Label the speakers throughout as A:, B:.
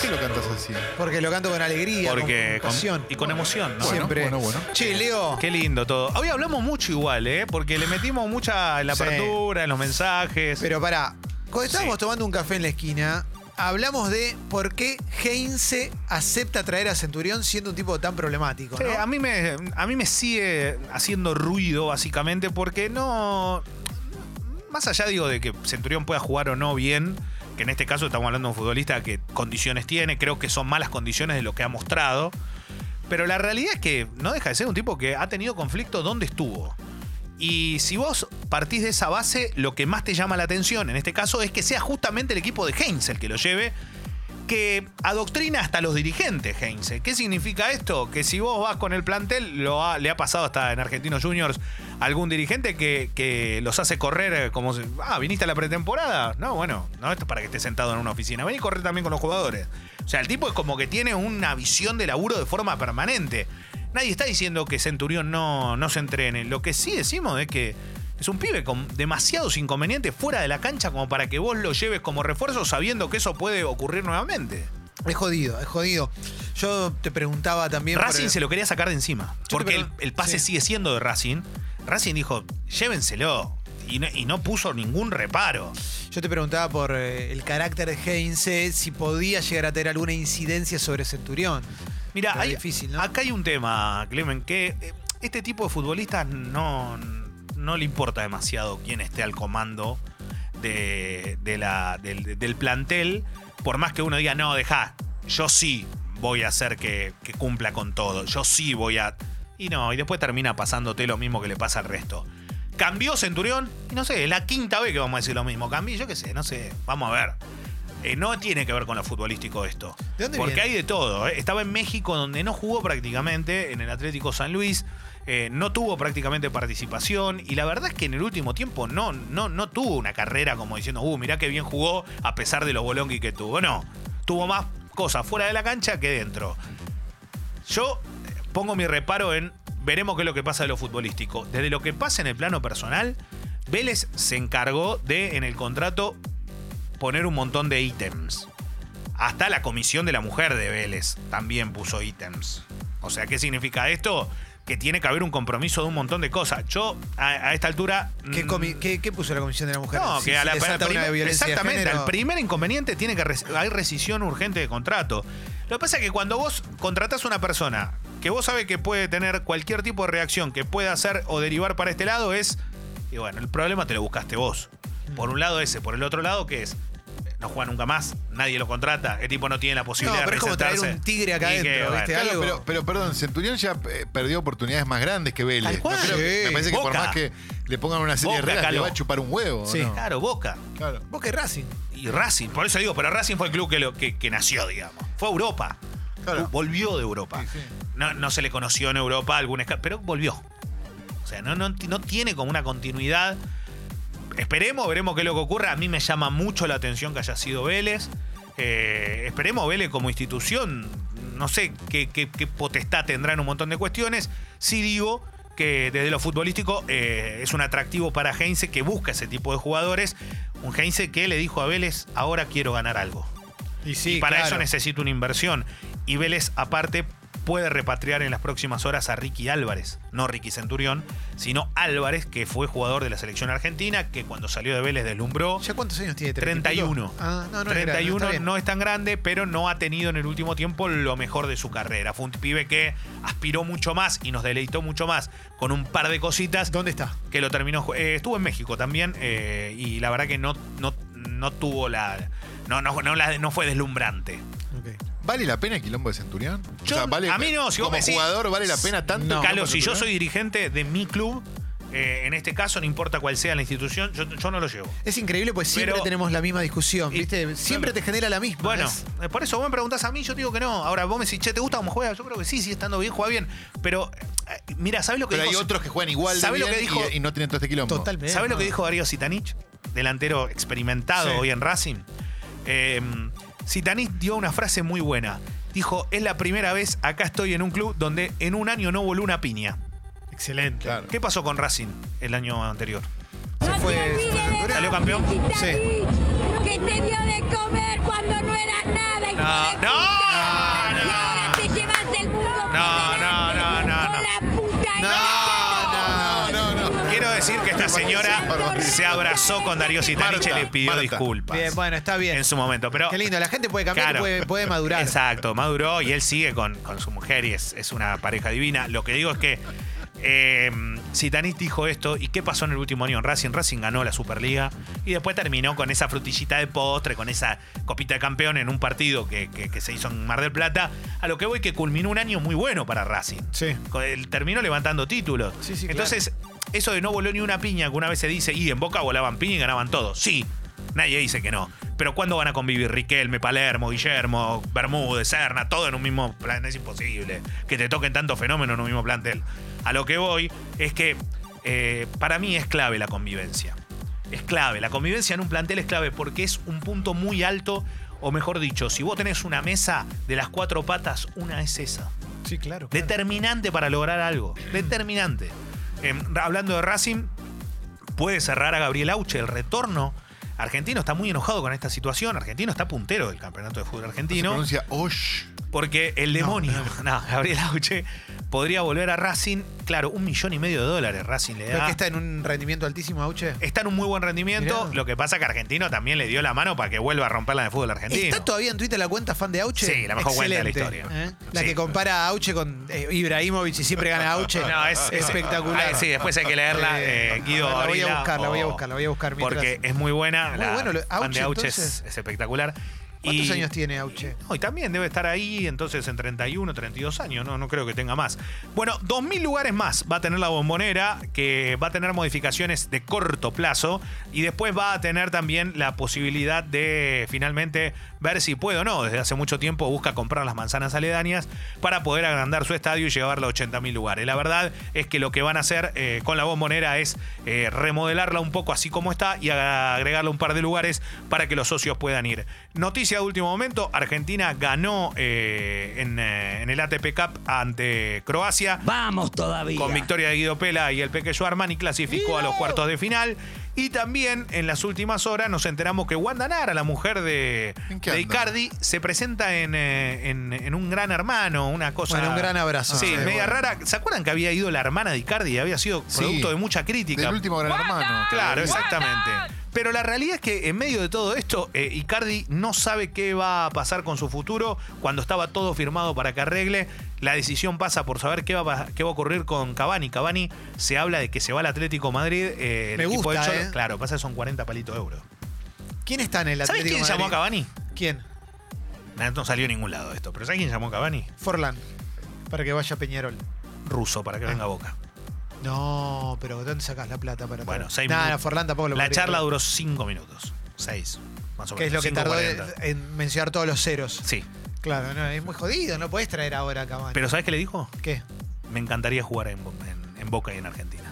A: qué lo cantas así?
B: Porque lo canto con alegría,
C: Porque
B: con pasión.
C: y con emoción, ¿no?
B: Siempre.
A: Bueno, bueno.
B: Che, Leo.
C: Qué lindo todo. Hoy hablamos mucho igual, ¿eh? Porque le metimos mucha en la
B: Sí.
C: apertura, en los mensajes.
B: Pero pará. Cuando estábamos
C: Sí.
B: tomando un café en la esquina, hablamos de por qué Heinze acepta traer a Centurión siendo un tipo tan problemático.
C: Sí,
B: ¿no?
C: a, mí me, a mí me sigue haciendo ruido, básicamente, porque no. Más allá, digo, de que Centurión pueda jugar o no bien, que en este caso estamos hablando de un futbolista que condiciones tiene, creo que son malas condiciones de lo que ha mostrado. Pero la realidad es que no deja de ser un tipo que ha tenido conflicto donde estuvo. Y si vos partís de esa base, lo que más te llama la atención en este caso es que sea justamente el equipo de Heinz el que lo lleve, que adoctrina hasta los dirigentes, Heinze. ¿Qué significa esto? Que si vos vas con el plantel, lo ha- le ha pasado hasta en Argentinos Juniors algún dirigente que, que los hace correr eh, como si, ah, viniste a la pretemporada. No, bueno, no esto es para que estés sentado en una oficina. Ven y correr también con los jugadores. O sea, el tipo es como que tiene una visión de laburo de forma permanente. Nadie está diciendo que Centurión no, no se entrene. Lo que sí decimos es que es un pibe con demasiados inconvenientes fuera de la cancha como para que vos lo lleves como refuerzo sabiendo que eso puede ocurrir nuevamente.
B: Es jodido, es jodido. Yo te preguntaba también. por
C: Racing
B: el-
C: se lo quería sacar de encima.
B: te
C: Porque el,
B: pregun-
C: el pase
B: sí.
C: sigue siendo de Racing. Racing dijo, llévenselo. Y no, y no puso ningún reparo.
B: Yo te preguntaba por eh, el carácter de Heinze, si podía llegar a tener alguna incidencia sobre Centurión.
C: Mira,
B: Pero
C: hay,
B: difícil, ¿no?
C: acá hay un tema, Clemen, que eh, este tipo de futbolistas no, no le importa demasiado quién esté al comando de, de la- del, del plantel. Por más que uno diga, no, deja, yo sí voy a hacer que, que cumpla con todo. Yo sí voy a. Y no, y después termina pasándote lo mismo que le pasa al resto. Cambió Centurión, y no sé, es la quinta vez que vamos a decir lo mismo. Cambió, yo qué sé, no sé, vamos a ver. Eh, no tiene que ver con lo futbolístico esto.
B: ¿De dónde
C: Porque
B: viene?
C: hay de todo. ¿eh? Estaba en México donde no jugó prácticamente, en el Atlético San Luis, eh, no tuvo prácticamente participación y la verdad es que en el último tiempo no, no, no tuvo una carrera como diciendo, uh, mirá qué bien jugó a pesar de los bolonguis que tuvo. No, tuvo más cosas fuera de la cancha que dentro. Yo eh, pongo mi reparo en veremos qué es lo que pasa de lo futbolístico. Desde lo que pasa en el plano personal, Vélez se encargó de en el contrato poner un montón de ítems. Hasta la comisión de la mujer de Vélez también puso ítems. O sea, ¿qué significa esto? Que tiene que haber un compromiso de un montón de cosas. Yo, a, a esta altura.
B: ¿Qué,
C: mm,
B: comi- qué- qué puso la Comisión de la Mujer?
C: no,
B: Si
C: que
B: se
C: a la, a la
B: desata una
C: prim-
B: violencia de
C: Exactamente,
B: género.
C: al primer inconveniente tiene que res- hay rescisión urgente de contrato. Lo que pasa es que cuando vos contratás a una persona que vos sabes que puede tener cualquier tipo de reacción que pueda hacer o derivar para este lado es, y bueno, el problema te lo buscaste vos.
B: Mm.
C: Por un lado ese, por el otro lado que es no juega nunca más, nadie lo contrata, el tipo no tiene la posibilidad
B: No, pero
C: de
B: es como traer
C: presentarse.
B: un tigre acá
C: Y que,
B: adentro,
C: bueno,
B: ¿viste?
A: Claro,
B: algo.
A: pero, pero perdón, Centurión ya eh, perdió oportunidades más grandes que Vélez.
C: Tal cual.
A: No creo que-
B: Sí.
A: me parece que por
C: Boca.
A: más que le pongan una serie de
C: Boca,
A: reglas, le
C: Calo.
A: va a chupar un huevo. ¿o
B: Sí.
A: no?
C: Claro, Boca.
A: Claro.
B: Vos que Racing.
C: y Racing. Por eso digo, pero Racing fue el club que, lo, que, que nació, digamos. Fue a Europa.
A: Claro.
C: Volvió de Europa.
A: Sí, sí.
C: No, no se le conoció en Europa algún esca- pero volvió. O sea, no, no, no tiene como una continuidad. Esperemos, veremos qué es lo que ocurra. A mí me llama mucho la atención que haya sido Vélez. Eh, esperemos Vélez como institución. No sé qué, qué- qué potestad tendrá en un montón de cuestiones. Sí digo que desde lo futbolístico eh, es un atractivo para Heinze que busca ese tipo de jugadores. Un Heinze que le dijo a Vélez, ahora quiero ganar algo.
B: Y sí,
C: Y para
B: claro.
C: eso necesita una inversión. Y Vélez, aparte, puede repatriar en las próximas horas a Ricky Álvarez. No Ricky Centurión, sino Álvarez, que fue jugador de la selección argentina, que cuando salió de Vélez deslumbró.
B: ¿Ya cuántos años tiene?
C: 31.
B: Ah, no, no es grande,
C: 31
B: está bien.
C: no es tan grande, pero no ha tenido en el último tiempo lo mejor de su carrera. Fue un pibe que aspiró mucho más y nos deleitó mucho más con un par de cositas
B: ¿Dónde está?
C: que lo terminó. ju- eh, estuvo en México también eh, y la verdad que no, no, no tuvo la. No, no, no, la- no fue deslumbrante.
A: ¿Vale la pena el quilombo de Centurión? O
C: Yo-
A: sea, ¿vale-
C: a mí no, si vos
A: como
C: me decís-
A: jugador, ¿vale la pena tanto? el quilombo
C: Carlos,
A: de
C: si yo
A: Centurión?
C: soy dirigente de mi club, eh, en este caso, no importa cuál sea la institución, yo, yo no lo llevo.
B: Es increíble pues siempre
C: Pero-
B: tenemos la misma discusión,
C: Y-
B: ¿viste? Siempre
C: claro.
B: te genera la misma.
C: Bueno,
B: es-
C: eh, por eso vos me preguntás a mí, yo te digo que no. Ahora vos me decís, che, ¿te gusta cómo juega? Yo creo que sí, sí, estando bien, juega bien. Pero, eh, mira, ¿sabes lo que
A: Pero hay
C: dijo?
A: otros que juegan igual de
C: ¿Sabe lo
A: bien
C: que dijo?
A: y, y no tienen todo este quilombo.
B: totalmente.
C: ¿Sabes lo que
B: No.
C: dijo Darío Sitanich? Delantero experimentado
B: Sí.
C: hoy en Racing. Eh, Sitanich dio una frase muy buena. Dijo, es la primera vez acá estoy en un club donde en un año no voló una piña.
B: Excelente.
A: Claro.
C: ¿Qué pasó con Racing el año anterior?
B: Se fue.
C: ¿Salió campeón?
B: Sí.
D: Sí. y te dio de comer cuando no eras nada. hijo
C: No,
D: de puta.
C: no, no.
D: Y ahora te llevas el mundo por
C: No, no, no,
D: delante.
C: no, no.
D: Con la puta en
A: No,
D: la cara.
A: no, no.
C: Quiero decir que esta señora se abrazó con Darío Sitanich y
A: Marta,
C: le pidió
A: Marta.
C: disculpas.
B: Bien, bueno, está bien.
C: En su momento, pero.
B: Qué lindo, la gente puede cambiar,
C: Claro.
B: puede, puede madurar.
C: Exacto, maduró y él sigue con, con su mujer y es, es una pareja divina. Lo que digo es que eh, Zitanich dijo esto y qué pasó en el último año en Racing. Racing ganó la Superliga y después terminó con esa frutillita de postre, con esa copita de campeón en un partido que, que- que se hizo en Mar del Plata. A lo que voy que culminó un año muy bueno para Racing.
B: Sí.
C: Con el- Terminó levantando títulos.
B: Sí, sí, claro.
C: Entonces, eso de no voló ni una piña, que una vez se dice, y en Boca volaban piña y ganaban todos. Sí, nadie dice que no. Pero ¿cuándo van a convivir Riquelme, Palermo, Guillermo, Bermúdez, Serna, todo en un mismo plan? Es imposible que te toquen tantos fenómenos en un mismo plantel. A lo que voy es que eh, para mí es clave la convivencia. Es clave. La convivencia en un plantel es clave porque es un punto muy alto. O mejor dicho, si vos tenés una mesa de las cuatro patas, una es esa.
B: Sí, claro. claro.
C: Determinante para lograr algo. Determinante. Em, hablando de Racing, puede cerrar a Gabriel Auche el retorno. Argentino está muy enojado con esta situación. Argentino está puntero del campeonato de fútbol
A: Se
C: argentino.
A: pronuncia Osh.
C: Porque el demonio, no, Gabriel Auche, podría volver a Racing. Claro, un millón y medio de dólares Racing le
B: ¿Pero
C: da.
B: que está en un rendimiento altísimo, Auche?
C: Está en un muy buen rendimiento.
B: Mirá.
C: Lo que pasa que Argentino también le dio la mano para que vuelva a romperla en el fútbol argentino.
B: ¿Está todavía en Twitter la cuenta fan de Auche?
C: Sí, la mejor cuenta de la historia.
B: ¿eh? La
C: Sí.
B: que compara a Auche con eh, Ibrahimovic y siempre gana Auche.
C: No, es
B: espectacular.
C: Ah, sí, después hay que leerla. eh,
B: Eh,
C: Guido,
B: la voy
C: Orila,
B: a buscar, la voy a
C: o-
B: buscar, la voy a buscar mientras.
C: Porque es muy buena.
B: Muy
C: la
B: bueno, lo-
C: fan
B: Auche,
C: de Auche es,
B: entonces.
C: es espectacular.
B: ¿Cuántos
C: Y-
B: años tiene Auche?
C: No, y también debe estar ahí entonces en 31, 32 años, no, no creo que tenga más. Bueno, 2.000 lugares más va a tener la bombonera, que va a tener modificaciones de corto plazo y después va a tener también la posibilidad de finalmente ver si puede o no. Desde hace mucho tiempo busca comprar las manzanas aledañas para poder agrandar su estadio y llevarla a 80.000 lugares. La verdad es que lo que van a hacer eh, con la bombonera es eh, remodelarla un poco así como está y a- agregarle un par de lugares para que los socios puedan ir. Noticia de último momento, Argentina ganó eh, en, eh, en el ATP Cup ante Croacia
E: Vamos todavía.
C: con victoria de Guido Pela y el Pequeño Armani clasificó a los cuartos de final. Y también en las últimas horas nos enteramos que Wanda Nara, la mujer de,
A: ¿En qué
C: de
A: anda?
C: Icardi, se presenta en, eh, en- en un gran hermano, una cosa.
B: Bueno, un gran abrazo.
C: Sí,
B: Sí,
C: media
B: bueno.
C: rara. ¿Se acuerdan que había ido la hermana de Icardi y había sido
A: Sí.
C: producto de mucha crítica?
A: Del último gran hermano.
C: Claro, exactamente. Pero la realidad es que en medio de todo esto, eh, Icardi no sabe qué va a pasar con su futuro cuando estaba todo firmado para que arregle. La decisión pasa por saber qué va, a pas- qué va a ocurrir con Cavani. Cavani se habla de que se va al Atlético Madrid. eh, el
B: Me
C: equipo
B: gusta,
C: del Cholo-
B: eh.
C: Claro, pasa que son 40 palitos de euros.
B: ¿Quién está en el
C: ¿Sabes
B: Atlético
C: quién
B: de
C: llamó a
B: Madrid?
C: Cavani?
B: ¿Quién?
C: Nah, No salió a ningún lado esto, pero ¿sabes quién llamó a Cavani?
B: Forlán. Para que vaya Peñarol.
C: Ruso, para que venga a boca.
B: No, pero ¿dónde sacas la plata para
C: Bueno,
B: todo?
C: seis
B: Nada,
C: minutos.
B: Forlán tampoco lo
C: La
B: podría
C: charla
B: creer.
C: duró 5 minutos. 6, más o menos.
B: Que es lo que
C: cinco
B: tardó en,
C: cuarenta.
B: en mencionar todos los ceros.
C: Sí.
B: Claro, no, es muy jodido, no podés traer ahora a Cavani.
C: Pero ¿sabes qué le dijo?
B: ¿Qué?
C: me encantaría jugar en, en- en Boca y en Argentina.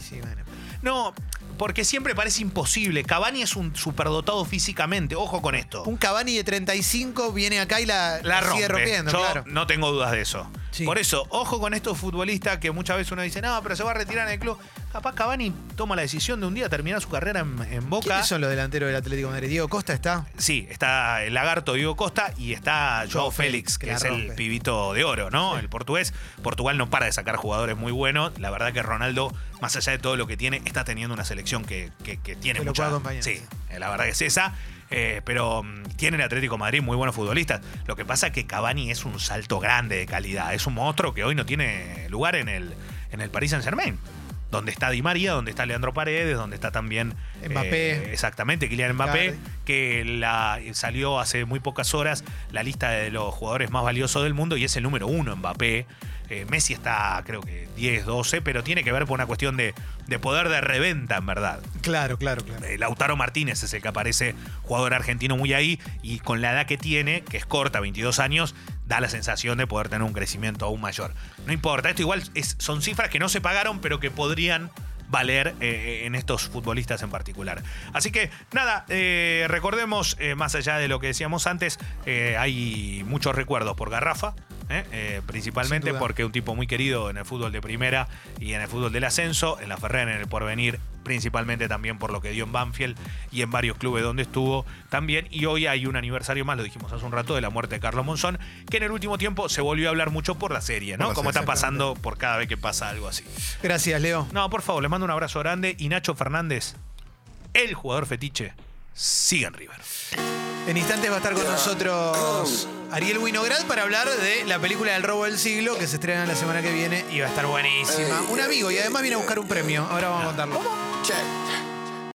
B: Y sí, bueno.
C: No, porque siempre parece imposible. Cavani es un superdotado físicamente. Ojo con esto.
B: Un Cavani de 35 viene acá y la,
C: La rompe.
B: sigue rompiendo,
C: Yo
B: claro.
C: no tengo dudas de eso.
B: Sí.
C: Por eso, ojo con estos futbolistas que muchas veces uno dice, no, pero se va a retirar en el club. Capaz Cavani toma la decisión de un día terminar su carrera en, en Boca.
B: ¿Quiénes son los delanteros del Atlético de Madrid? Diego Costa está.
C: Sí, está el lagarto Diego Costa y está Joao
B: Joao Félix,
C: Félix,
B: que
C: que
B: la
C: es el
B: rompe.
C: pibito de oro, ¿no? El portugués. Portugal no para de sacar jugadores muy buenos. La verdad que Ronaldo, más allá de todo lo que tiene, está teniendo una selección que, que- que tiene
B: Que lo
C: mucha...
B: puede acompañar,
C: sí,
B: sí.
C: eh, la verdad que es esa. Eh, pero mm, tiene el Atlético de Madrid muy buenos futbolistas. Lo que pasa es que Cavani es un salto grande de calidad. Es un monstruo que hoy no tiene lugar en el, en el Paris Saint Germain. Donde está Di María, donde está Leandro Paredes, donde está también eh,
B: Mbappé.
C: exactamente, Kylian Mbappé
B: Icardi.
C: que la, salió hace muy pocas horas la lista de los jugadores más valiosos del mundo y es el número uno Mbappé. Eh, Messi está creo que 10, 12, pero tiene que ver por una cuestión de, de poder de reventa, en verdad.
B: Claro, claro, claro.
C: Eh, Lautaro Martínez es el que aparece, jugador argentino muy ahí, y con la edad que tiene, que es corta, 22 años, da la sensación de poder tener un crecimiento aún mayor. No importa, esto igual es- son cifras que no se pagaron, pero que podrían valer eh, en estos futbolistas en particular. Así que nada, eh, recordemos, eh, más allá de lo que decíamos antes, eh, hay muchos recuerdos por Garrafa, ¿eh? Eh, principalmente
B: Sin duda.
C: porque un tipo muy querido en el fútbol de primera y en el fútbol del ascenso, en la Ferrer, en el Porvenir, principalmente también por lo que dio en Banfield y en varios clubes donde estuvo también. Y hoy hay un aniversario más, lo dijimos hace un rato, de la muerte de Carlos Monzón, que en el último tiempo se volvió a hablar mucho por la serie, ¿no?
A: Por la
C: Como
A: serie,
C: está pasando por cada vez que pasa algo así.
B: Gracias, Leo.
C: No, por favor, les mando un abrazo grande y Nacho Fernández, el jugador fetiche, sigue en River.
B: En instantes va a estar con nosotros Ariel Winograd para hablar de la película del robo del siglo que se estrena la semana que viene y va a estar buenísima. Un amigo y además viene a buscar un premio. Ahora vamos a contarlo.
E: Check.